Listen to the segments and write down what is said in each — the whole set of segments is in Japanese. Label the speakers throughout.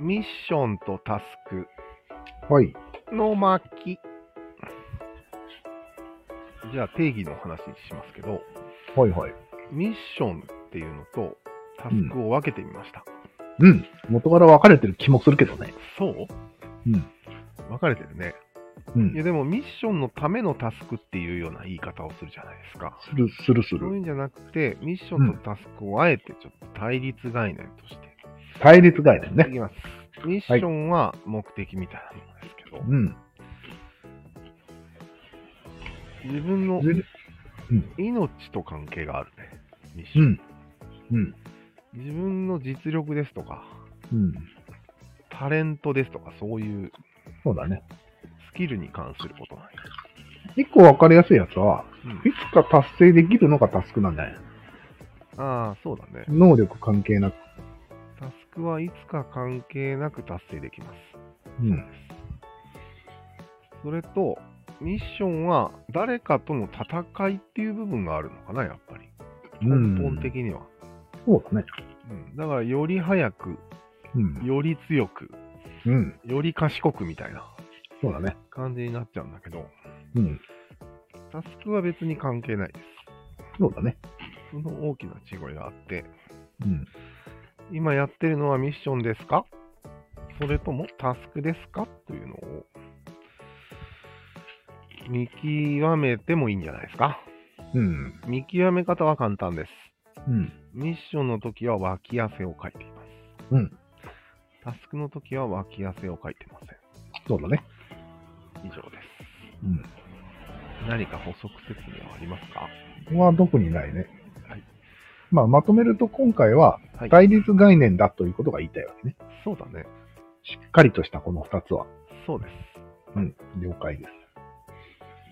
Speaker 1: ッションとタス
Speaker 2: はい。
Speaker 1: クの巻。じゃあ定義のお話しますけど、
Speaker 2: はいはい。
Speaker 1: ミッションっていうのとタスクを分けてみました。
Speaker 2: うん。元から分かれてる気もするけどね。
Speaker 1: そう
Speaker 2: うん。
Speaker 1: 分かれてるね。
Speaker 2: う
Speaker 1: いや
Speaker 2: ん。
Speaker 1: でもミッションのためのタスクっていうような言い方をするじゃないですか。
Speaker 2: する、するす
Speaker 1: そうい
Speaker 2: る。
Speaker 1: うんじゃなくて、ミッションとタスクをあえてちょっと対立概念として
Speaker 2: 対立概念
Speaker 1: い
Speaker 2: ね。
Speaker 1: きます。ミッションは目的みたいなものですけど、
Speaker 2: うん。
Speaker 1: 自分の
Speaker 2: ず
Speaker 1: 命と関係があるね。ミッシ
Speaker 2: う
Speaker 1: ョン。
Speaker 2: ん。うん。
Speaker 1: 自分の実力ですとか、
Speaker 2: うん。
Speaker 1: タレントですとか、そういう
Speaker 2: そうだね。
Speaker 1: スキルに関することなんや。
Speaker 2: 一個分かりやすいやつは、
Speaker 1: うん
Speaker 2: いつか達成できるのがタスクなんじゃない
Speaker 1: ああ、そうだね。
Speaker 2: 能力関係なく。
Speaker 1: タスクはいつか関係なく達成できます。
Speaker 2: うん。
Speaker 1: それと、ミッションは誰かとの戦いっていう部分があるのかな、やっぱり。
Speaker 2: うん
Speaker 1: 根本的には。
Speaker 2: そうだね。
Speaker 1: うん、だから、より早く、
Speaker 2: うん。
Speaker 1: より強く、
Speaker 2: うん。
Speaker 1: より賢くみたいな
Speaker 2: そうだね。
Speaker 1: 感じになっちゃうんだけど、
Speaker 2: うん。
Speaker 1: タスクは別に関係ないです。
Speaker 2: そうだね。
Speaker 1: その大きな違いがあって、
Speaker 2: うん。
Speaker 1: 今やってるのはミッションですかそれともタスクですかというのを見極めてもいいんじゃないですか
Speaker 2: うん。
Speaker 1: 見極め方は簡単です。
Speaker 2: うん。
Speaker 1: ミッションの時は脇汗をかいています。
Speaker 2: うん。
Speaker 1: タスクの時は脇汗をかいてませ
Speaker 2: そうだね。
Speaker 1: ん。以上です。
Speaker 2: うん。
Speaker 1: 何か補足説明はありますか
Speaker 2: ここは特にないね。
Speaker 1: はい
Speaker 2: まあ、まとめると今回は
Speaker 1: はい
Speaker 2: 対立概念だということが言いたいわけね。
Speaker 1: そうだね。
Speaker 2: しっかりとしたこの2つは。
Speaker 1: そうです。
Speaker 2: うん、了解で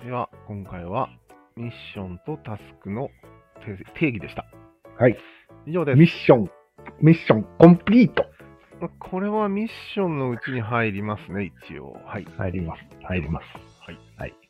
Speaker 2: す。
Speaker 1: では今回はミッションとタスクの定定義でした
Speaker 2: はい。
Speaker 1: 以上です
Speaker 2: ミッション、ミッションコンプリート。
Speaker 1: まあこれはミッションのうちに入りますね一応はい
Speaker 2: 入ります。入ります。
Speaker 1: はい
Speaker 2: はい。